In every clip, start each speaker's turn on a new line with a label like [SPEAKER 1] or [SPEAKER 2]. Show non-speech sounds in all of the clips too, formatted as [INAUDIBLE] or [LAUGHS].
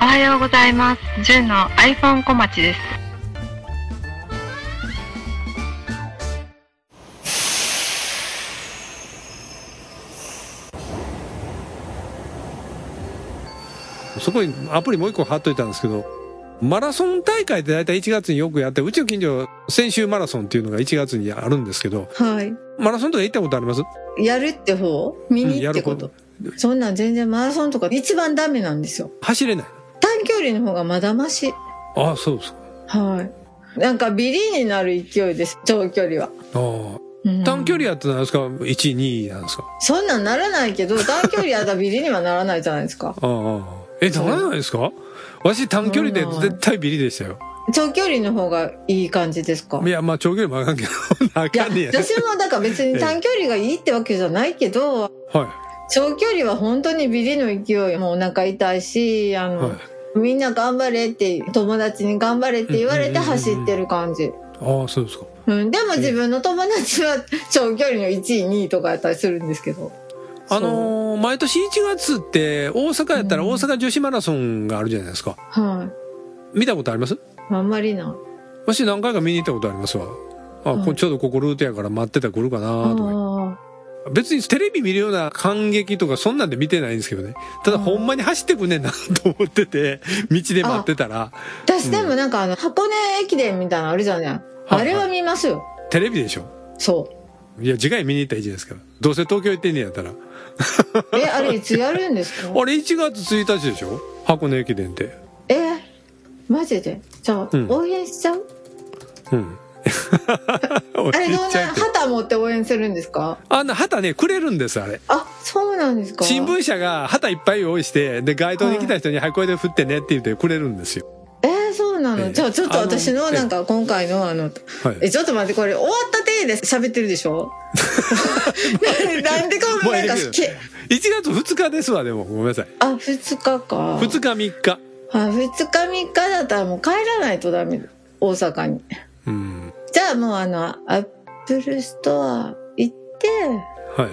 [SPEAKER 1] おはようございます。ジュンの iPhone 小町です。
[SPEAKER 2] そこにアプリもう一個貼っといたんですけど、マラソン大会って大体1月によくやって、うちの近所、先週マラソンっていうのが1月にあるんですけど、
[SPEAKER 3] は
[SPEAKER 2] マラソンとか行ったことあります
[SPEAKER 3] い。やるって方見
[SPEAKER 2] うん
[SPEAKER 3] に
[SPEAKER 2] や
[SPEAKER 3] って
[SPEAKER 2] る
[SPEAKER 3] こと。そんなん全然マラソンとか一番ダメなんですよ。
[SPEAKER 2] 走れない。
[SPEAKER 3] 短距離の方がまだまし。
[SPEAKER 2] ああ、そうですか。
[SPEAKER 3] はい。なんかビリになる勢いです、長距離は。
[SPEAKER 2] あ
[SPEAKER 3] うん
[SPEAKER 2] あ。短距離やってなんですか ?1、2なんですか
[SPEAKER 3] そんなんならないけど、短距離やったらビリにはならないじゃないですか。 [LAUGHS]
[SPEAKER 2] ああ。え、ならないですかわし短距離で
[SPEAKER 3] ならない
[SPEAKER 2] 絶対ビリでしたよ。
[SPEAKER 3] 長距離の方がいい感じですか
[SPEAKER 2] いや、まあ長距離もあかんけど、 [LAUGHS] ない
[SPEAKER 3] や、
[SPEAKER 2] かんねや。
[SPEAKER 3] 私もだから
[SPEAKER 2] [LAUGHS]
[SPEAKER 3] 別に短距離がいいってわけじゃないけど、
[SPEAKER 2] は
[SPEAKER 3] 長距離は本当にビリの勢いもお腹痛いし、あ
[SPEAKER 2] い。
[SPEAKER 3] の、
[SPEAKER 2] はい。
[SPEAKER 3] みんな頑張れって、友達に頑張れって言われて
[SPEAKER 2] うんうんうんうん
[SPEAKER 3] 走ってる感じ。
[SPEAKER 2] ああ、そうですか。
[SPEAKER 3] うん、でも自分の友達は長距離の1位、2位とかやったりするんですけど。
[SPEAKER 2] あのー毎年1月って大阪やったら
[SPEAKER 3] うん
[SPEAKER 2] 大阪女子マラソンがあるじゃないですか。
[SPEAKER 3] は
[SPEAKER 2] 見たことあります
[SPEAKER 3] い。あんまりない。
[SPEAKER 2] わし何回か見に行ったことありますわ。あ、
[SPEAKER 3] はい
[SPEAKER 2] こちょうどここルートやから待ってたら来るかな
[SPEAKER 3] ああ
[SPEAKER 2] とか。別にテレビ見るような感激とかそんなんで見てないんですけどね。ただ
[SPEAKER 3] うん
[SPEAKER 2] ほんまに走ってくんねんなと思ってて、道で待ってたら、
[SPEAKER 3] ー。私でもなんかあの、箱根駅伝みたいなのあるじゃない。あれは見ますよ。
[SPEAKER 2] テレビでしょ。
[SPEAKER 3] そう。
[SPEAKER 2] いや、次回見に行ったらいいじゃないですか。どうせ東京行ってんねんやったら。あ [LAUGHS]
[SPEAKER 3] え、あれいつやるんですか
[SPEAKER 2] れ1月1日でしょ箱根駅伝って。
[SPEAKER 3] えー、マジでじゃあ、
[SPEAKER 2] うん
[SPEAKER 3] 応援しちゃう
[SPEAKER 2] うん。 [LAUGHS]
[SPEAKER 3] あれどん
[SPEAKER 2] 言
[SPEAKER 3] な
[SPEAKER 2] っちゃうけど
[SPEAKER 3] 旗持って応援するんですか
[SPEAKER 2] あの、旗ね、くれるんです、あれ。
[SPEAKER 3] あ、そうなんですか
[SPEAKER 2] 新聞社が旗いっぱい用意して、で、街頭に来た人に、はい、これで振ってねって言ってくれるんですよ。
[SPEAKER 3] えー、そうなの、
[SPEAKER 2] ええ
[SPEAKER 3] じゃあちょっと私
[SPEAKER 2] あ
[SPEAKER 3] の
[SPEAKER 2] の
[SPEAKER 3] なんか今回のあの、
[SPEAKER 2] はい。
[SPEAKER 3] え、ちょっと待って、これ終わった手で喋ってるで
[SPEAKER 2] [LAUGHS]
[SPEAKER 3] しょなんでこんななんか
[SPEAKER 2] もうええ
[SPEAKER 3] け、
[SPEAKER 2] 1月2日ですわ、でも。ごめんなさい。
[SPEAKER 3] あ、2日か。
[SPEAKER 2] 2日3日。
[SPEAKER 3] あ、2日3日だったらもう帰らないとダメだ。大阪に。
[SPEAKER 2] うん。
[SPEAKER 3] じゃあもうあの、アップルストア行って、
[SPEAKER 2] はい。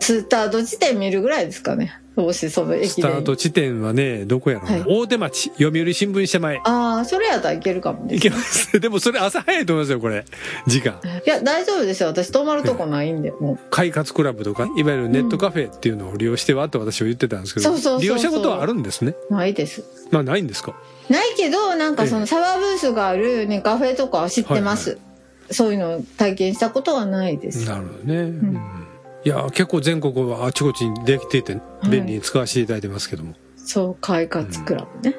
[SPEAKER 3] スタート地点見るぐらいですかね。もしその駅
[SPEAKER 2] ス
[SPEAKER 3] で。
[SPEAKER 2] タート地点はね、どこやろうな、
[SPEAKER 3] はい
[SPEAKER 2] 大手町、読売新聞社前。
[SPEAKER 3] ああ、それやったらいけるかもね。
[SPEAKER 2] 行けます。 [LAUGHS] でもそれ朝早いと思いますよ、これ。時間。
[SPEAKER 3] いや、大丈夫ですよ。私泊まるとこないんで、も
[SPEAKER 2] 快活クラブとか、いわゆるネットカフェっていうのを利用してはと私は言ってたんですけど、
[SPEAKER 3] そうそうそうそう
[SPEAKER 2] 利用したことはあるんですね。
[SPEAKER 3] う、ないです。
[SPEAKER 2] まあ、ないんですか。
[SPEAKER 3] ないけど、なんかそ
[SPEAKER 2] え
[SPEAKER 3] の
[SPEAKER 2] え
[SPEAKER 3] シャワーブースがあるね、カフェとかは知ってます。
[SPEAKER 2] は
[SPEAKER 3] そういうのを体験したことはないです。
[SPEAKER 2] なるほどね。うんいや、結構全国はあちこちにできていて、便利に使わせていただいてますけども。
[SPEAKER 3] そう、快活クラブね。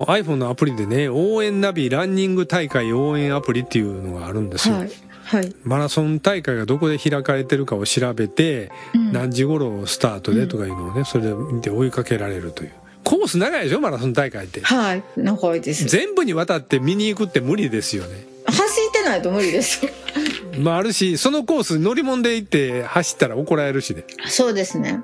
[SPEAKER 2] iPhone のアプリでね、応援ナビランニング大会応援アプリっていうのがあるんですよ。
[SPEAKER 3] はい。はい。
[SPEAKER 2] マラソン大会がどこで開かれてるかを調べて、
[SPEAKER 3] うん
[SPEAKER 2] 何時頃スタートでとかいうのをね、それで見て追いかけられるという。コース長いでしょマラソン大会って。
[SPEAKER 3] はい。長いです。走
[SPEAKER 2] 全部にわたって見に行くって無理ですよね。
[SPEAKER 3] ってないと無理です。
[SPEAKER 2] まああるし、そのコース乗り物で行って走ったら怒られるしね。
[SPEAKER 3] [LAUGHS] そうですね。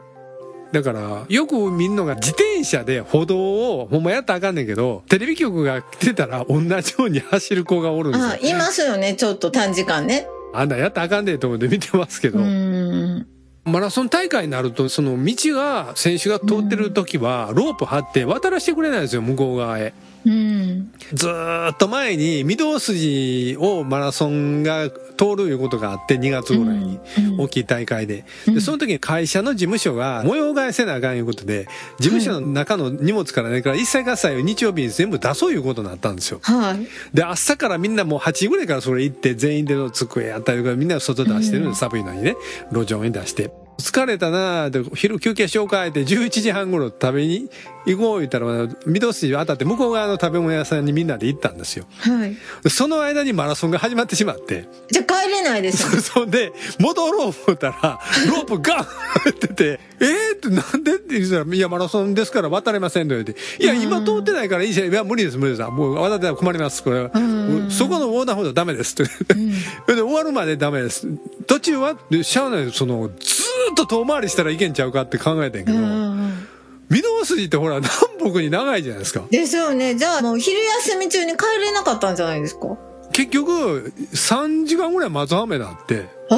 [SPEAKER 2] だから、よく見るのが自転車で歩道を、ほんまやったらあかんねんけど、テレビ局が来てたら同じように走る子がおるんですよ
[SPEAKER 3] あ。いますよね、ちょっと短時間ね。
[SPEAKER 2] あんなんやったらあかんねえと思って見てますけど、
[SPEAKER 3] うーん。
[SPEAKER 2] マラソン大会になると、その道が、選手が通ってる時は、ロープ張って渡らせてくれないんですよ、向こう側へ。
[SPEAKER 3] うん。
[SPEAKER 2] ずーっと前に、御堂筋をマラソンが通るいうことがあって、2月ぐらいに。
[SPEAKER 3] うん
[SPEAKER 2] 大きい大会で。
[SPEAKER 3] う
[SPEAKER 2] で、
[SPEAKER 3] ん
[SPEAKER 2] その時に会社の事務所が模様替えせなあかんいうことで、事務所の中の荷物からね、から一切合切を日曜日に全部出そういうことになったんですよ。
[SPEAKER 3] はい。
[SPEAKER 2] で、朝からみんなもう8時ぐらいからそれ行って、全員での机やったりとか、みんな外出してる
[SPEAKER 3] うんん
[SPEAKER 2] で、寒いのにね、路上に出して。疲れたなぁ、で、昼休憩しようか、って、11時半頃食べに行こう言ったら、御堂筋渡って向こう側の食べ物屋さんにみんなで行ったんですよ。
[SPEAKER 3] はい。
[SPEAKER 2] でその間にマラソンが始まってしまって。
[SPEAKER 3] じゃあ帰れないです。
[SPEAKER 2] [LAUGHS] そんで、戻ろう思ったら、ロープガンってて、えーってなんでって言ったら、いや、マラソンですから渡れませんと言って、いや、
[SPEAKER 3] うん
[SPEAKER 2] 今通ってないからいいじゃん。いや、無理です、無理です。もう渡ってたら困ります。これは
[SPEAKER 3] うん
[SPEAKER 2] そこの横断歩道ダメです。って [LAUGHS]
[SPEAKER 3] ん
[SPEAKER 2] それで終わるまでダメです。途中は、でしゃあない、その、ずーっと遠回りしたらいけんちゃうかって考えてんけ
[SPEAKER 3] う
[SPEAKER 2] ど、
[SPEAKER 3] ん。
[SPEAKER 2] 御堂筋ってほら、南北に長いじゃないですか。
[SPEAKER 3] ですよね。じゃあもう昼休み中に帰れなかったんじゃないですか
[SPEAKER 2] 結局、3時間ぐらい松雨だって、
[SPEAKER 3] あ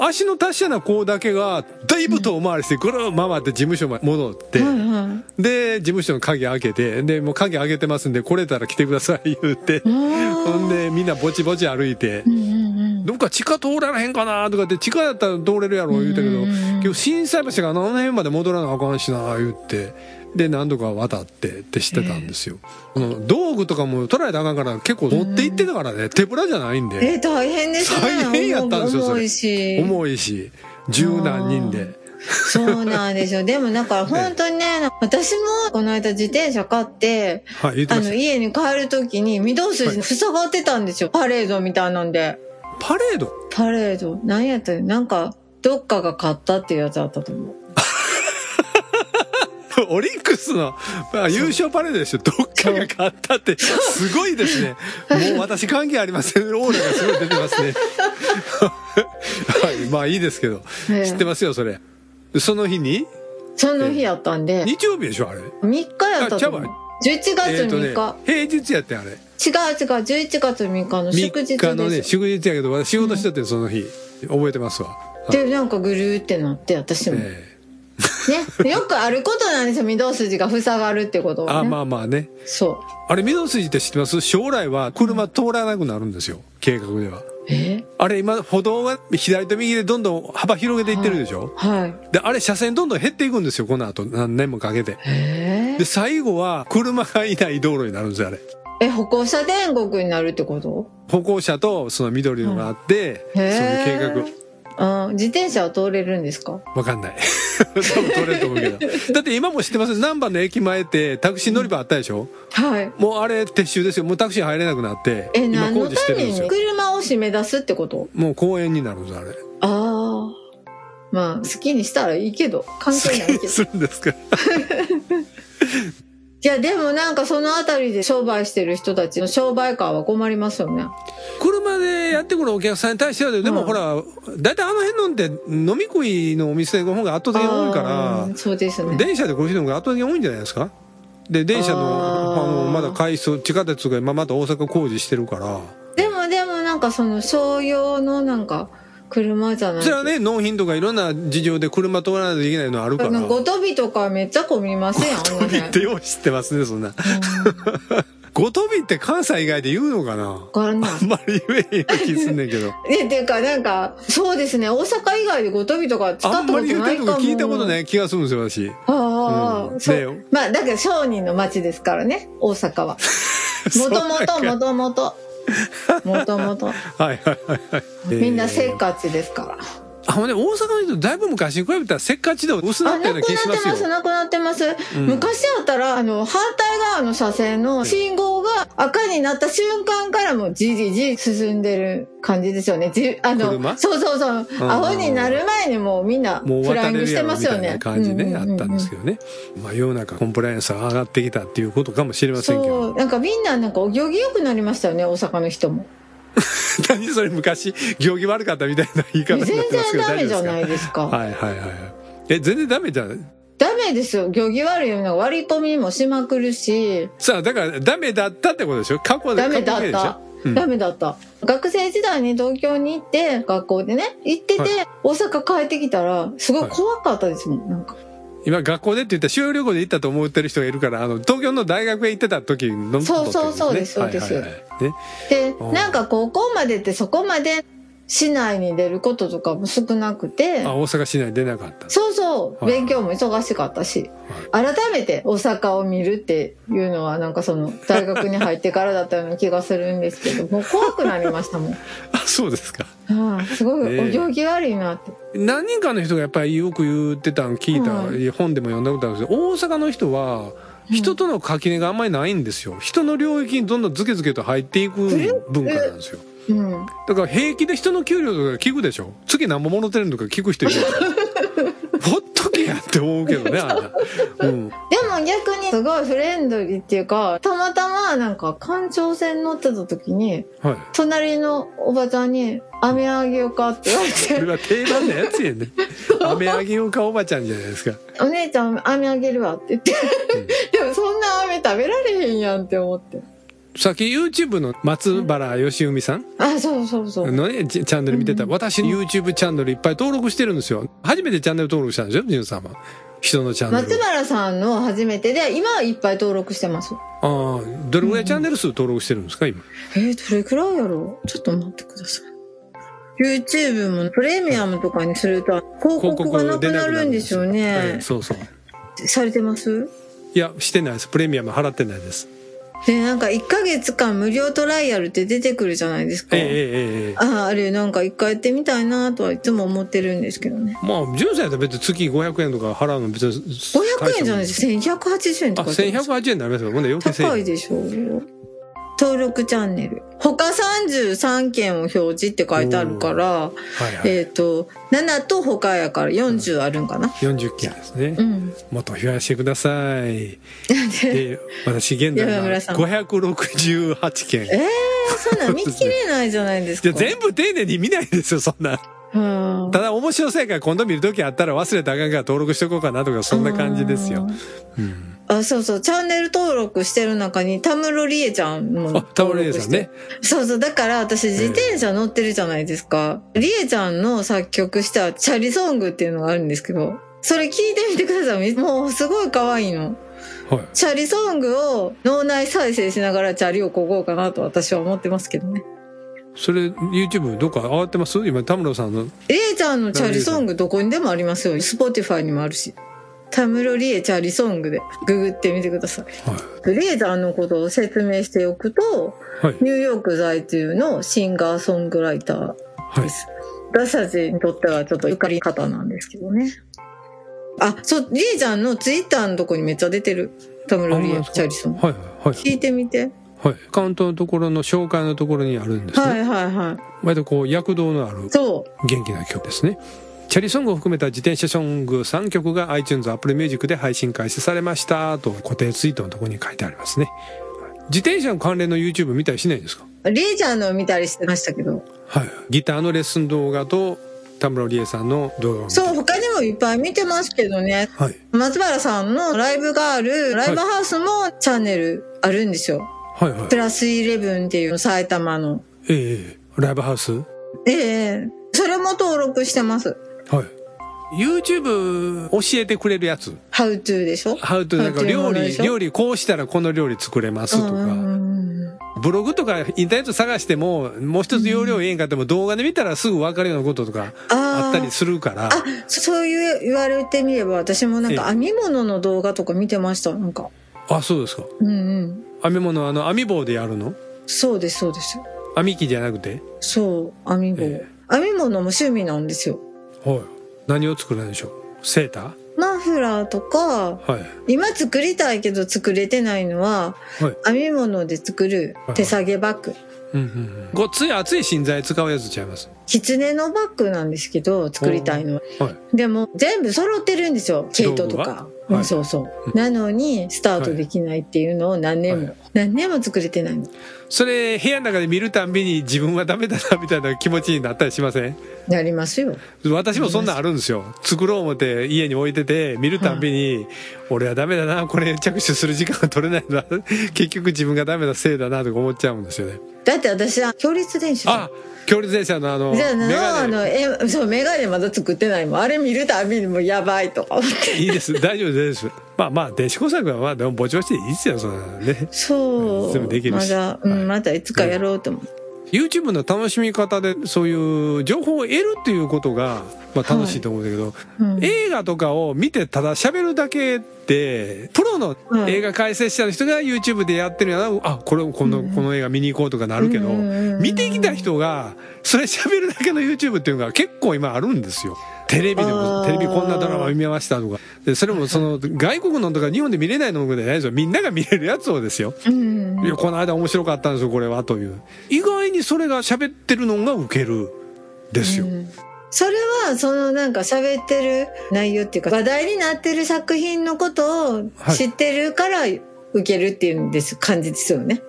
[SPEAKER 3] あ。
[SPEAKER 2] 足の達者な子だけがだいぶ遠回りしてぐるーっと回って事務所まで戻って、
[SPEAKER 3] はいは
[SPEAKER 2] で事務所の鍵開けてでもう鍵開けてますんで来れたら来てください言うて
[SPEAKER 3] い。うん
[SPEAKER 2] ほんでみんなぼちぼち歩いて
[SPEAKER 3] うんうんうん。
[SPEAKER 2] どっか地下通られへんかなとかって地下だったら通れるやろ言うたけど
[SPEAKER 3] うんうんうん
[SPEAKER 2] 今日震災橋があの辺まで戻らなあかんしな言ってで何度か渡ってってしてたんですよ、うん道具とかも取られたらあかんから結構持って行ってたからね手ぶらじゃないんで
[SPEAKER 3] えー、大変ですね。
[SPEAKER 2] 大変やったんですよそれ
[SPEAKER 3] 重いし。
[SPEAKER 2] 重いし十何人で
[SPEAKER 3] そうなんですよ。でもだ
[SPEAKER 2] [LAUGHS]
[SPEAKER 3] から本当にね、私もこの間自転車買って、
[SPEAKER 2] はい言って
[SPEAKER 3] あ
[SPEAKER 2] ま
[SPEAKER 3] の
[SPEAKER 2] した
[SPEAKER 3] 家に帰るときに、御堂筋塞がってたんですよ。パレードみたいなんで。
[SPEAKER 2] パレード [LAUGHS]
[SPEAKER 3] パレード。なんやったよ。なんか、どっかが買ったっていうやつあったと思う。
[SPEAKER 2] オリックスのまあ優勝パレードでしょどっかが勝ったってすごいです
[SPEAKER 3] [LAUGHS]
[SPEAKER 2] ねもう私関係ありませんオーラがすごい出てますねはいまあいいですけど
[SPEAKER 3] ええ
[SPEAKER 2] 知ってますよそれその日に
[SPEAKER 3] その日やったんで、
[SPEAKER 2] 日曜日でしょあれ
[SPEAKER 3] 3日やったと思う
[SPEAKER 2] あちゃうわ。
[SPEAKER 3] 11月
[SPEAKER 2] えーと
[SPEAKER 3] 3日。
[SPEAKER 2] 平日やってんあれ
[SPEAKER 3] 違う違う、11月3日の祝日
[SPEAKER 2] 3日のね
[SPEAKER 3] です。
[SPEAKER 2] 祝日やけど私仕事しててその日覚えてますわはい
[SPEAKER 3] で、なんかぐるーってなって、私も。ね。
[SPEAKER 2] ええ
[SPEAKER 3] よくあることなんですよ。御堂筋が塞がるってことは、
[SPEAKER 2] あ
[SPEAKER 3] ね。
[SPEAKER 2] まあまあね
[SPEAKER 3] そう。
[SPEAKER 2] あれ御堂筋って知ってます将来は車通らなくなるんですよ計画では
[SPEAKER 3] え
[SPEAKER 2] あれ今歩道は左と右でどんどん幅広げていってるでしょ、
[SPEAKER 3] はい。
[SPEAKER 2] であれ車線どんどん減っていくんですよこの後何年もかけて
[SPEAKER 3] え
[SPEAKER 2] で最後は車がいない道路になるんですよあれ
[SPEAKER 3] え、歩行者天国になるってこと
[SPEAKER 2] 歩行者とその緑のがあって、
[SPEAKER 3] うんへ
[SPEAKER 2] そ
[SPEAKER 3] ー
[SPEAKER 2] の計
[SPEAKER 3] あ自転車は通れるんですか
[SPEAKER 2] 画わかんない [LAUGHS] 多分取れると思うけどだって今も知ってます南波の駅前ってタクシー乗り場あったでしょ、
[SPEAKER 3] はい。
[SPEAKER 2] もうあれ撤収ですよもうタクシー入れなくなって
[SPEAKER 3] え、
[SPEAKER 2] 今
[SPEAKER 3] 何
[SPEAKER 2] 工
[SPEAKER 3] の
[SPEAKER 2] 事して
[SPEAKER 3] た
[SPEAKER 2] るん
[SPEAKER 3] め
[SPEAKER 2] ですよ
[SPEAKER 3] に車を締め出すってこと
[SPEAKER 2] もう公園になるんですあれ
[SPEAKER 3] ああ。まあ、好きにしたらいいけど、関係ないけ
[SPEAKER 2] [LAUGHS]
[SPEAKER 3] ど。
[SPEAKER 2] するんですか
[SPEAKER 3] いや、でもなんかそのあたりで商売してる人たちの商売感は困りますよね。
[SPEAKER 2] 車でやってくるお客さんに対してはでも
[SPEAKER 3] うん
[SPEAKER 2] ほら大体、あの辺のんって飲み食いのお店の方が圧倒的に多い
[SPEAKER 3] あー
[SPEAKER 2] か
[SPEAKER 3] そうです
[SPEAKER 2] ら、
[SPEAKER 3] ね。
[SPEAKER 2] 電車でこういうのが圧倒的に多いんじゃないですかで電車の
[SPEAKER 3] あー
[SPEAKER 2] あのまだ改装地下鉄が今まだ大阪工事してるから
[SPEAKER 3] でもでもなんかその商用のなんか車じゃない
[SPEAKER 2] それはね納品とかいろんな事情で車通らないといけないのある
[SPEAKER 3] あ
[SPEAKER 2] から
[SPEAKER 3] のごとびとかめっちゃ混みませんあの辺
[SPEAKER 2] ってよう知ってますねそんな
[SPEAKER 3] うん
[SPEAKER 2] ごとびって関西以外で言うのかな
[SPEAKER 3] わか
[SPEAKER 2] [LAUGHS]
[SPEAKER 3] らんない
[SPEAKER 2] あんまり言えへんような気すんねん
[SPEAKER 3] [LAUGHS]
[SPEAKER 2] けど
[SPEAKER 3] え、ていうか、なんか、そうですね、大阪以外でごとびとか使った
[SPEAKER 2] あ
[SPEAKER 3] こ
[SPEAKER 2] ん
[SPEAKER 3] と
[SPEAKER 2] ま
[SPEAKER 3] ないかも。。
[SPEAKER 2] り言うてるとこ聞いたことないい気がするんですよ私
[SPEAKER 3] ああ、
[SPEAKER 2] うん
[SPEAKER 3] そう。
[SPEAKER 2] ねえ
[SPEAKER 3] まあ、だけど商人の町ですからね、大阪
[SPEAKER 2] [LAUGHS]
[SPEAKER 3] は。もともと、もともと。もと
[SPEAKER 2] [LAUGHS]
[SPEAKER 3] もと。
[SPEAKER 2] はいはいはいはい
[SPEAKER 3] みんな
[SPEAKER 2] せ
[SPEAKER 3] せっかちですから。
[SPEAKER 2] あほんで大阪の人だいぶ昔に比べたらせっかち度薄な
[SPEAKER 3] あ、
[SPEAKER 2] ったよ
[SPEAKER 3] な
[SPEAKER 2] う
[SPEAKER 3] くな
[SPEAKER 2] な気
[SPEAKER 3] って
[SPEAKER 2] しますよ
[SPEAKER 3] ます、なくなってます。
[SPEAKER 2] うん
[SPEAKER 3] 昔だったら、あの、反対側の車線の信号が赤になった瞬間からもうじりじり進んでる感じですよね。じあの
[SPEAKER 2] 車、
[SPEAKER 3] そうそうそう。
[SPEAKER 2] ん
[SPEAKER 3] 青になる前にもうみんな
[SPEAKER 2] もう
[SPEAKER 3] フラ
[SPEAKER 2] 渡
[SPEAKER 3] イン
[SPEAKER 2] れ
[SPEAKER 3] グ
[SPEAKER 2] る
[SPEAKER 3] し
[SPEAKER 2] や
[SPEAKER 3] て
[SPEAKER 2] ろ
[SPEAKER 3] ま
[SPEAKER 2] み
[SPEAKER 3] すよ
[SPEAKER 2] たい
[SPEAKER 3] ね
[SPEAKER 2] な。感じね
[SPEAKER 3] う
[SPEAKER 2] あ
[SPEAKER 3] ううう
[SPEAKER 2] ったんですけどねまあ世の中コンプライアンスが上がってきたっていうことかもしれませんけ
[SPEAKER 3] そ
[SPEAKER 2] ど
[SPEAKER 3] うなんかみんななんかお行儀よくなりましたよね大阪の人も
[SPEAKER 2] 何それ昔行儀悪かったみたいな言い方
[SPEAKER 3] 全
[SPEAKER 2] になってますけ
[SPEAKER 3] 然
[SPEAKER 2] ど
[SPEAKER 3] ダ
[SPEAKER 2] 大
[SPEAKER 3] メじ
[SPEAKER 2] 丈
[SPEAKER 3] ゃ
[SPEAKER 2] 夫
[SPEAKER 3] ない
[SPEAKER 2] です
[SPEAKER 3] ですか
[SPEAKER 2] かはいはいはいえ全然ダメじゃない
[SPEAKER 3] ダメですよ行儀悪いの割り込みもしまくるし
[SPEAKER 2] さあだからダメだったってことでしょ過去で
[SPEAKER 3] ダメだ
[SPEAKER 2] 過去
[SPEAKER 3] っ
[SPEAKER 2] でしょ
[SPEAKER 3] た、
[SPEAKER 2] うん
[SPEAKER 3] ダメだった学生時代に東京に行って学校でね行ってて、
[SPEAKER 2] はい
[SPEAKER 3] 大阪帰ってきたらすごい怖かったですもん、なんか
[SPEAKER 2] 今学校でって言ったら修旅行で行ったと思ってる人がいるからあの東京の大学へ行ってた時の
[SPEAKER 3] そうそうそうです
[SPEAKER 2] ことってこと
[SPEAKER 3] そ
[SPEAKER 2] ね
[SPEAKER 3] うです
[SPEAKER 2] はいはいはいね
[SPEAKER 3] で
[SPEAKER 2] うん
[SPEAKER 3] なんか高校までってそこまで市内に出ることとかも少なくて [LAUGHS]
[SPEAKER 2] あ大阪市内出なかった
[SPEAKER 3] そうそう、
[SPEAKER 2] はい
[SPEAKER 3] 勉強も忙しかったし、改めて大阪を見るっていうのはなんかその大学に入ってからだったような気がするんですけどもう怖くなりましたもん、
[SPEAKER 2] あそうですか [LAUGHS]
[SPEAKER 3] うんすごい
[SPEAKER 2] ねえ
[SPEAKER 3] お行儀悪いなって、
[SPEAKER 2] 何人かの人がやっぱりよく言ってたの聞いた、
[SPEAKER 3] は
[SPEAKER 2] 本でも読んだことあるんですけど大阪の人は
[SPEAKER 3] うん
[SPEAKER 2] 人との垣根があんまりないんですよ人の領域にどんどんズケズケと入っていく文化なんですよ
[SPEAKER 3] うん、
[SPEAKER 2] だから平気で人の給料とか聞くでしょ月何ももろてるのとか聞く人いるでし
[SPEAKER 3] [LAUGHS]
[SPEAKER 2] ょほっとけやって思うけどねあんな、うん、
[SPEAKER 3] でも逆にすごいフレンドリーっていうかたまたまなんか環状線乗ってた時に
[SPEAKER 2] はい
[SPEAKER 3] 隣のおばちゃんに「飴あげようか」って言われ
[SPEAKER 2] これ
[SPEAKER 3] て
[SPEAKER 2] は定番のやつや
[SPEAKER 3] [LAUGHS]
[SPEAKER 2] ね雨あげようかおばちゃんじゃないですか
[SPEAKER 3] 「お姉ちゃん飴あげるわ」って言って、
[SPEAKER 2] うん
[SPEAKER 3] でもそんな飴食べられへんやんって思って
[SPEAKER 2] さっき YouTube の松原義文さん
[SPEAKER 3] あそうそうそう
[SPEAKER 2] のね、チチャンネル見てた。私 YouTube チャンネルいっぱい登録してるんですよ。初めてチャンネル登録したんですよ、ジュンさんは。人のチャンネ
[SPEAKER 3] 松
[SPEAKER 2] ルを。
[SPEAKER 3] 原さんの初めてで今はいっぱい登録してます
[SPEAKER 2] ああ、どれぐらいチャンネル数登録してるんですか、今。
[SPEAKER 3] えー、どれくらいやろうちょっと待ってください YouTube もプレミアムとかにすると広告がなくなるんですよ
[SPEAKER 2] はい
[SPEAKER 3] ね
[SPEAKER 2] そうそう。
[SPEAKER 3] されてます
[SPEAKER 2] いや、してないです。プレミアム払ってないです。
[SPEAKER 3] でなんか1ヶ月間無料トライアルって出てくるじゃないですか、
[SPEAKER 2] ええええええ
[SPEAKER 3] あああれなんか一回やってみたいなとはいつも思ってるんですけどね
[SPEAKER 2] まあ、ジュンさんやったら別に月500円とか払うの別に。
[SPEAKER 3] 500円じゃないです1180円
[SPEAKER 2] あ、
[SPEAKER 3] とかって
[SPEAKER 2] 1180円になりますよ。ほんで、余計
[SPEAKER 3] 高
[SPEAKER 2] 1000
[SPEAKER 3] い
[SPEAKER 2] 円。
[SPEAKER 3] でしょ登録チャンネル他33件を表示って書いてあるから
[SPEAKER 2] はいはい。
[SPEAKER 3] えっ、と7と他やから40あるんかな
[SPEAKER 2] 40件ですね
[SPEAKER 3] う。ん
[SPEAKER 2] もっと増やしてください。で、私現在
[SPEAKER 3] 山
[SPEAKER 2] は
[SPEAKER 3] 村さん
[SPEAKER 2] 568件。
[SPEAKER 3] えー、そんなん見切れないじゃないです
[SPEAKER 2] い
[SPEAKER 3] か
[SPEAKER 2] や、全部丁寧に見ないですよ、そんな。
[SPEAKER 3] うん
[SPEAKER 2] ただ面白そうやから今度見るときあったら忘れたらあかんから登録しとこうかなとか、そんな感じですよ。うん。
[SPEAKER 3] あそうそうチャンネル登録してる中に田室理恵ちゃんも
[SPEAKER 2] あ、タオルエイさん
[SPEAKER 3] 登
[SPEAKER 2] ね
[SPEAKER 3] 録して。そうそうだから私自転車乗ってるじゃないですか、理恵ちゃんの作曲したチャリソングっていうのがあるんですけどそれ聞いてみてくださいもうすごい可愛いの
[SPEAKER 2] はい。
[SPEAKER 3] チャリソングを脳内再生しながらチャリをこごうかなと私は思ってますけどね
[SPEAKER 2] それ、YouTube どっか上がってます今、田村さんの。
[SPEAKER 3] 理恵ちゃんのチャリソングどこにでもありますよ Spotify にもあるし田室理恵チャリソングでググってみてください
[SPEAKER 2] は
[SPEAKER 3] レーザーのことを説明しておくと、
[SPEAKER 2] い。はい。
[SPEAKER 3] ニューヨーク在住のシンガーソングライター
[SPEAKER 2] は
[SPEAKER 3] で
[SPEAKER 2] い。
[SPEAKER 3] す。私たちにとってはちょっとゆかり方なんですけどね。あ、そう、リーちゃんのツイッターのとこにめっちゃ出てる。田村リ
[SPEAKER 2] あ
[SPEAKER 3] エ・チャリソン。
[SPEAKER 2] はい。はい。
[SPEAKER 3] 聞いてみて。
[SPEAKER 2] はい。アカウントのところの紹介のところにあるんですね。
[SPEAKER 3] はいはいはい。
[SPEAKER 2] 割とこう、躍動のある
[SPEAKER 3] そう。
[SPEAKER 2] 元気な曲ですね。チャリソングを含めた自転車ソング3曲が iTunes、Apple Music で配信開始されましたと固定ツイートのところに書いてありますね。自転車の関連の YouTube 見たりしないんですか
[SPEAKER 3] リーちゃんのを見たりしてましたけど。
[SPEAKER 2] はい。ギターのレッスン動画と田村理恵さんの動画を見て
[SPEAKER 3] そう、他にもいっぱい見てますけどね。
[SPEAKER 2] はい。
[SPEAKER 3] 松原さんのライブがある、ライブハウスもチャンネルあるんですよ。
[SPEAKER 2] はいはい
[SPEAKER 3] プ。ラスイレブンっていう埼玉の
[SPEAKER 2] ええええライブハウスは
[SPEAKER 3] ええそれも登録してます。
[SPEAKER 2] い。YouTube 教えてくれるやつ。
[SPEAKER 3] How to でしょ
[SPEAKER 2] How to なんか料
[SPEAKER 3] How to のもので
[SPEAKER 2] 理、
[SPEAKER 3] しょ
[SPEAKER 2] 料理こうしたらこの料理作れますと
[SPEAKER 3] うんう
[SPEAKER 2] か。
[SPEAKER 3] んうん
[SPEAKER 2] ブログとかインターネット探しても、もう一つ要領ええんかっても動画で見たらすぐ分かるようなこととか
[SPEAKER 3] あー
[SPEAKER 2] あったりするから。
[SPEAKER 3] あ、そそういう言われてみれば、私もなんか
[SPEAKER 2] ええ
[SPEAKER 3] 編み物の動画とか見てました、なんか。
[SPEAKER 2] あ、そうですか。
[SPEAKER 3] うんうん。
[SPEAKER 2] 編み物、あの、編み棒でやるの
[SPEAKER 3] そうです、そうです。
[SPEAKER 2] 編み機じゃなくて
[SPEAKER 3] そう、編み棒。
[SPEAKER 2] え
[SPEAKER 3] 編み物も趣味なんですよ。
[SPEAKER 2] はい。何を作るんでしょうセータ
[SPEAKER 3] マフラーとか、
[SPEAKER 2] ーはい。
[SPEAKER 3] 今作りたいけど作れてないのは、
[SPEAKER 2] はい。
[SPEAKER 3] 編み物で作る手提げバッグ。
[SPEAKER 2] うんうんうん。ごっつい熱い芯材使うやつちゃいます。
[SPEAKER 3] 狐のバッグなんですけど、作りたいのは。
[SPEAKER 2] はい。
[SPEAKER 3] でも全部揃ってるんですよ毛糸と
[SPEAKER 2] 道、
[SPEAKER 3] か
[SPEAKER 2] 具は
[SPEAKER 3] う
[SPEAKER 2] は
[SPEAKER 3] ん
[SPEAKER 2] い
[SPEAKER 3] そうそう、
[SPEAKER 2] うん
[SPEAKER 3] なのにスタートできないっていうのを何年も、
[SPEAKER 2] はい
[SPEAKER 3] 何年も作れてないの
[SPEAKER 2] それ、部屋の中で見るたんびに自分はダメだな、みたいな気持ちになったりしません
[SPEAKER 3] なりますよ
[SPEAKER 2] 私もそんなんあるんですよ。作ろう思って家に置いてて、見るたんびに、俺はダメだな、これ着手する時間が取れない
[SPEAKER 3] [LAUGHS]
[SPEAKER 2] な、結局自分がダメなせいだな、とか思っちゃうんですよね。
[SPEAKER 3] だって私は強烈電車
[SPEAKER 2] あ強烈電車のあの、
[SPEAKER 3] じゃあ
[SPEAKER 2] メ
[SPEAKER 3] な
[SPEAKER 2] ガ
[SPEAKER 3] あ
[SPEAKER 2] ネ
[SPEAKER 3] のえそうメガネまだ作ってないもんあれ見るたびにもうやばいとか思って
[SPEAKER 2] いいです。大丈夫です。まあまあ、電子工作はまあ、でもぼちぼちでいいですよ、そんなのね。
[SPEAKER 3] そう
[SPEAKER 2] 全部できる
[SPEAKER 3] ま
[SPEAKER 2] し
[SPEAKER 3] だ、うん
[SPEAKER 2] はい
[SPEAKER 3] まだいつかやろうと思って
[SPEAKER 2] YouTube の楽しみ方で、そういう情報を得るっていうことが、まあ楽しいと思うんだけど、
[SPEAKER 3] うん
[SPEAKER 2] 映画とかを見てただ喋るだけって、プロの
[SPEAKER 3] うん
[SPEAKER 2] 映画解説者の人が YouTube でやってるやな、あ、これ、この、この映画見に行こうとかなるけど、
[SPEAKER 3] うん
[SPEAKER 2] 見てきた人が、それ喋るだけの YouTube っていうのが結構今あるんですよ。テレビで
[SPEAKER 3] あ
[SPEAKER 2] も、
[SPEAKER 3] ー
[SPEAKER 2] テレビこんなドラマ見ましたとか。で、それもその、外国のとか日本で見れないのじゃないですよ。みんなが見れるやつをですよ。
[SPEAKER 3] うん
[SPEAKER 2] いや、この間面白かったんですよ、これは、という。意外にそれが喋ってるのがウケる、ですよ。
[SPEAKER 3] うんそれはそのなんか喋ってる内容っていうか話題になってる作品のことを
[SPEAKER 2] はい
[SPEAKER 3] 知ってるから受けるっていうんです感じですよね。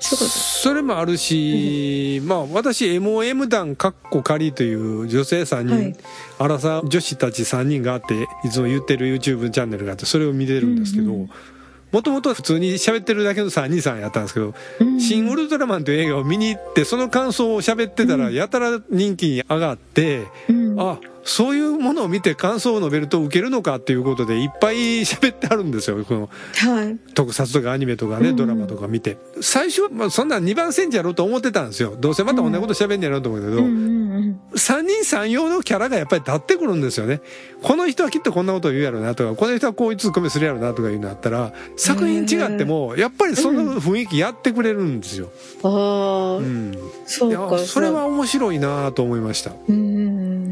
[SPEAKER 3] そういうこ
[SPEAKER 2] それもあるし、まあ私 MOM 団かっこ仮という女性3
[SPEAKER 3] は
[SPEAKER 2] 人
[SPEAKER 3] い、
[SPEAKER 2] アラサー女子たち3人があっていつも言ってる YouTube チャンネルがあってそれを見てるんですけど、
[SPEAKER 3] うんうん
[SPEAKER 2] もともと普通に喋ってるだけの3人さんやったんですけど、
[SPEAKER 3] うん
[SPEAKER 2] シン・ウルトラマンという映画を見に行って、その感想を喋ってたら、やたら人気に上がって、
[SPEAKER 3] うん
[SPEAKER 2] あ、そういうものを見て感想を述べると受けるのかっていうことで、いっぱい喋ってあるんですよ。この
[SPEAKER 3] はい。
[SPEAKER 2] 特撮とかアニメとかね、
[SPEAKER 3] うん
[SPEAKER 2] ドラマとか見て。最初は、まあ、そんなん2番線じゃろうと思ってたんですよ。どうせまた同じこと喋んねやろうと思うけど、
[SPEAKER 3] うんうん
[SPEAKER 2] 三人三様のキャラがやっぱり立ってくるんですよね。この人はきっとこんなことを言うやろなとか、この人はこういうツッコミするやろなとかいうのあったら、作品違っても、やっぱりその雰囲気やってくれるんですよ。
[SPEAKER 3] ああ、
[SPEAKER 2] うん。
[SPEAKER 3] そう
[SPEAKER 2] い
[SPEAKER 3] か。
[SPEAKER 2] や、それは面白いなと思いました。
[SPEAKER 3] うんうん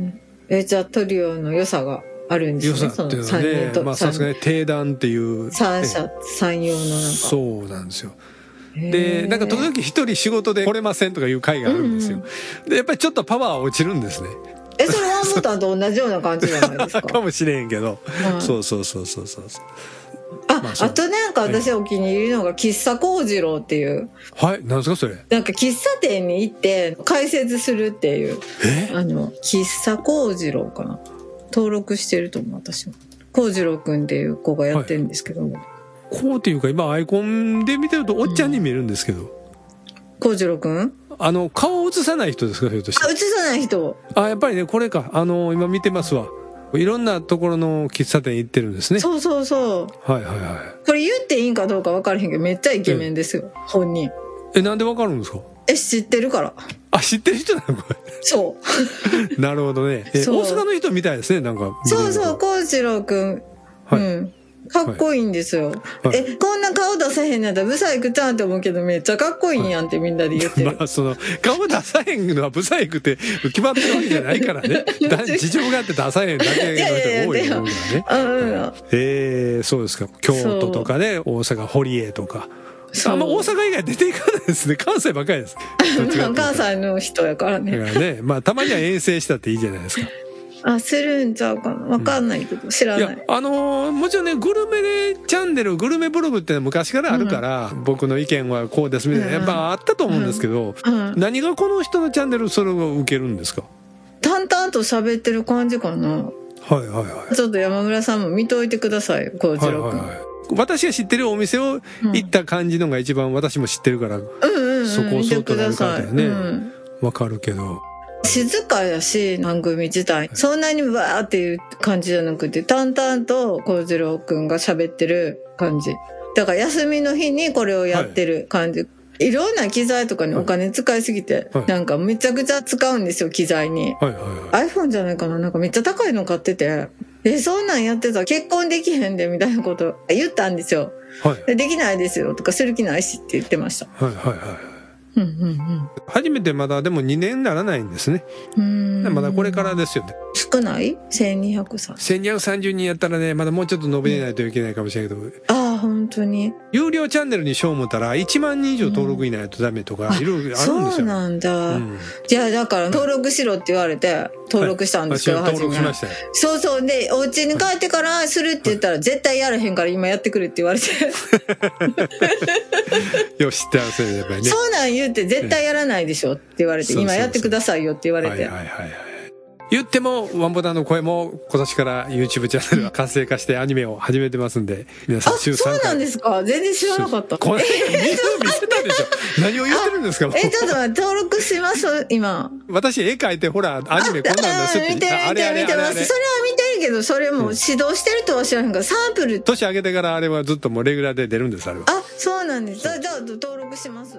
[SPEAKER 3] うん。え、じゃあトリオの良さがあるんです
[SPEAKER 2] 良
[SPEAKER 3] ね。
[SPEAKER 2] さっていうのは
[SPEAKER 3] その三
[SPEAKER 2] ね
[SPEAKER 3] 人、と
[SPEAKER 2] まあさすがに定談っていう。
[SPEAKER 3] 三者三様のなんか。
[SPEAKER 2] そうなんですよ。
[SPEAKER 3] へ
[SPEAKER 2] で、
[SPEAKER 3] ー
[SPEAKER 2] なんか時々一人仕事で来れませんとかいう回があるんですよ。で、やっぱりちょっとパワー落ちるんですね。
[SPEAKER 3] え、それワンボタンと同じような感じじゃないです
[SPEAKER 2] か [LAUGHS]
[SPEAKER 3] か。
[SPEAKER 2] もしれへんけど。
[SPEAKER 3] はい
[SPEAKER 2] そうそうそうそうそうそう。
[SPEAKER 3] あ、
[SPEAKER 2] まあそう
[SPEAKER 3] あとなんか私お気に入りのが喫茶幸次郎っていう、
[SPEAKER 2] はい、なんですかそれ。
[SPEAKER 3] なんか喫茶店に行って解説するっていう、
[SPEAKER 2] え
[SPEAKER 3] あの、喫茶幸次郎かな。登録してると思う、私も。幸次郎くんっていう子がやってるんですけども。
[SPEAKER 2] こうっていうか、今アイコンで見てるとおっちゃんに見えるんですけど。
[SPEAKER 3] 幸次郎くんあ、
[SPEAKER 2] あの、顔を映さない人ですかひょっとして。
[SPEAKER 3] 映さない人。
[SPEAKER 2] あ、やっぱりね、これか。あの、今見てますわ。いろんなところの喫茶店行ってるんですね。
[SPEAKER 3] そうそうそう。
[SPEAKER 2] はいはいは
[SPEAKER 3] これ言っていいんかどうか分からへんけど、めっちゃイケメンですよ、本人。
[SPEAKER 2] い。え、なんでわかるんですか
[SPEAKER 3] え、知ってるから。
[SPEAKER 2] あ、知ってる人なのこ
[SPEAKER 3] そう。
[SPEAKER 2] れ。 [LAUGHS] なるほどね。え大
[SPEAKER 3] そう
[SPEAKER 2] 阪の人みたいですね、なんか。
[SPEAKER 3] そうそう、幸次郎くん。
[SPEAKER 2] はい
[SPEAKER 3] うん。かっこいいんですよ。
[SPEAKER 2] はい
[SPEAKER 3] え、こんな顔出さへんのやったら、ブサイクちゃんって思うけど、めっちゃかっこいいんやんってみんなで言
[SPEAKER 2] [LAUGHS]
[SPEAKER 3] って
[SPEAKER 2] ま
[SPEAKER 3] る。
[SPEAKER 2] あ、その、顔出さへんのはブサイクって決まってるわけじゃないから
[SPEAKER 3] [LAUGHS]
[SPEAKER 2] ね。だ事情があって出さへんだけの人が多いもんだからね。
[SPEAKER 3] うんうん。
[SPEAKER 2] えー、そうですか。京都とかね、大阪、堀江とか。
[SPEAKER 3] そう
[SPEAKER 2] あんま大阪以外出ていかないですね。関西ばっかりです。どっちかっていうと
[SPEAKER 3] [LAUGHS] 関西の人やからね。
[SPEAKER 2] だからね、まあ、たまには遠征したっていいじゃないですか。
[SPEAKER 3] あ、するんちゃうかな。わかんないけど、知ら
[SPEAKER 2] い
[SPEAKER 3] な
[SPEAKER 2] や
[SPEAKER 3] い。、
[SPEAKER 2] あのーもちろんね、グルメチャンネル、グルメブログってのは昔からあるから、僕の意見はこうですみたいな、
[SPEAKER 3] う
[SPEAKER 2] や
[SPEAKER 3] ん
[SPEAKER 2] っぱあったと思うんですけど、
[SPEAKER 3] うん。
[SPEAKER 2] 何がこの人のチャンネル、それを受けるんですか
[SPEAKER 3] 淡々と喋ってる感じかな。
[SPEAKER 2] はいはいはい。
[SPEAKER 3] ちょっと山村さんも見といてください、幸
[SPEAKER 2] は
[SPEAKER 3] 次
[SPEAKER 2] い
[SPEAKER 3] 郎
[SPEAKER 2] はい
[SPEAKER 3] くん。
[SPEAKER 2] はい、私が知ってるお店を行った感じのが一番私も知ってるから
[SPEAKER 3] うんうんうん。
[SPEAKER 2] そこを
[SPEAKER 3] 見
[SPEAKER 2] そってと
[SPEAKER 3] く
[SPEAKER 2] な
[SPEAKER 3] だ
[SPEAKER 2] る感
[SPEAKER 3] さ
[SPEAKER 2] じ
[SPEAKER 3] い。
[SPEAKER 2] だよね
[SPEAKER 3] うん。
[SPEAKER 2] わかるけど、
[SPEAKER 3] 静かやし番組自体そんなにわーっていう感じじゃなくて淡々と幸次郎くんが喋ってる感じだから休みの日にこれをやってる感じ、い、ろんな機材とかにお金使いすぎて、
[SPEAKER 2] はい
[SPEAKER 3] なんかめちゃくちゃ使うんですよ機材に、
[SPEAKER 2] はいはいはい。
[SPEAKER 3] iPhone じゃないかななんかめっちゃ高いの買っててえそんなんやってたら結婚できへんでみたいなこと言ったんですよ
[SPEAKER 2] はい
[SPEAKER 3] でできないですよとかする気ないしって言ってました
[SPEAKER 2] はいはいはい。
[SPEAKER 3] うんうん
[SPEAKER 2] 初めてまだでも2年ならないんですね。
[SPEAKER 3] うんうーん
[SPEAKER 2] まだこれからですよね。
[SPEAKER 3] 少ない1200さん
[SPEAKER 2] 1230人やったらね、まだもうちょっと伸びないといけないかもしれないけど、
[SPEAKER 3] ああ本当に
[SPEAKER 2] 有料チャンネルに賞を持ったら1万人以上登録いないとダメとか、いろいろあるんです
[SPEAKER 3] そう
[SPEAKER 2] よ。
[SPEAKER 3] なんだ、
[SPEAKER 2] うん
[SPEAKER 3] じゃあだから登録しろって言われて登録したんですけど、
[SPEAKER 2] はい私は登録しま
[SPEAKER 3] 初
[SPEAKER 2] したよ。
[SPEAKER 3] めそうそうでお家に帰ってからするって言ったら絶対やらへんから今やってくれって
[SPEAKER 2] [LAUGHS]
[SPEAKER 3] 言われて、
[SPEAKER 2] よし、知ってますね、やっぱりね。
[SPEAKER 3] そうなん言って絶対やらないでしょって言われ
[SPEAKER 2] そ
[SPEAKER 3] て、
[SPEAKER 2] うそうそう
[SPEAKER 3] 今やってくださいよって言われ
[SPEAKER 2] は
[SPEAKER 3] て、
[SPEAKER 2] いはいはいはい。言っても、ワンボタンの声も、今年から YouTube チャンネルは活性化してアニメを始めてますんで、皆さん
[SPEAKER 3] あ
[SPEAKER 2] 週3
[SPEAKER 3] そう
[SPEAKER 2] 回。
[SPEAKER 3] なんですか全然知らなかった
[SPEAKER 2] これ、見せたでしょ。何を言ってるんですか
[SPEAKER 3] えちょっと待って登録します今
[SPEAKER 2] 私、絵描いて、ほら、アニメこんなんです
[SPEAKER 3] あ
[SPEAKER 2] っ
[SPEAKER 3] 見てる見て
[SPEAKER 2] て。
[SPEAKER 3] る見てる見てますそれは見てるけどそれも指導してるとは知らへんからサンプル
[SPEAKER 2] 年明けてからあれはずっともうレギュラーで出るんです、あれは。
[SPEAKER 3] あそうなんですじゃあじゃあ登録します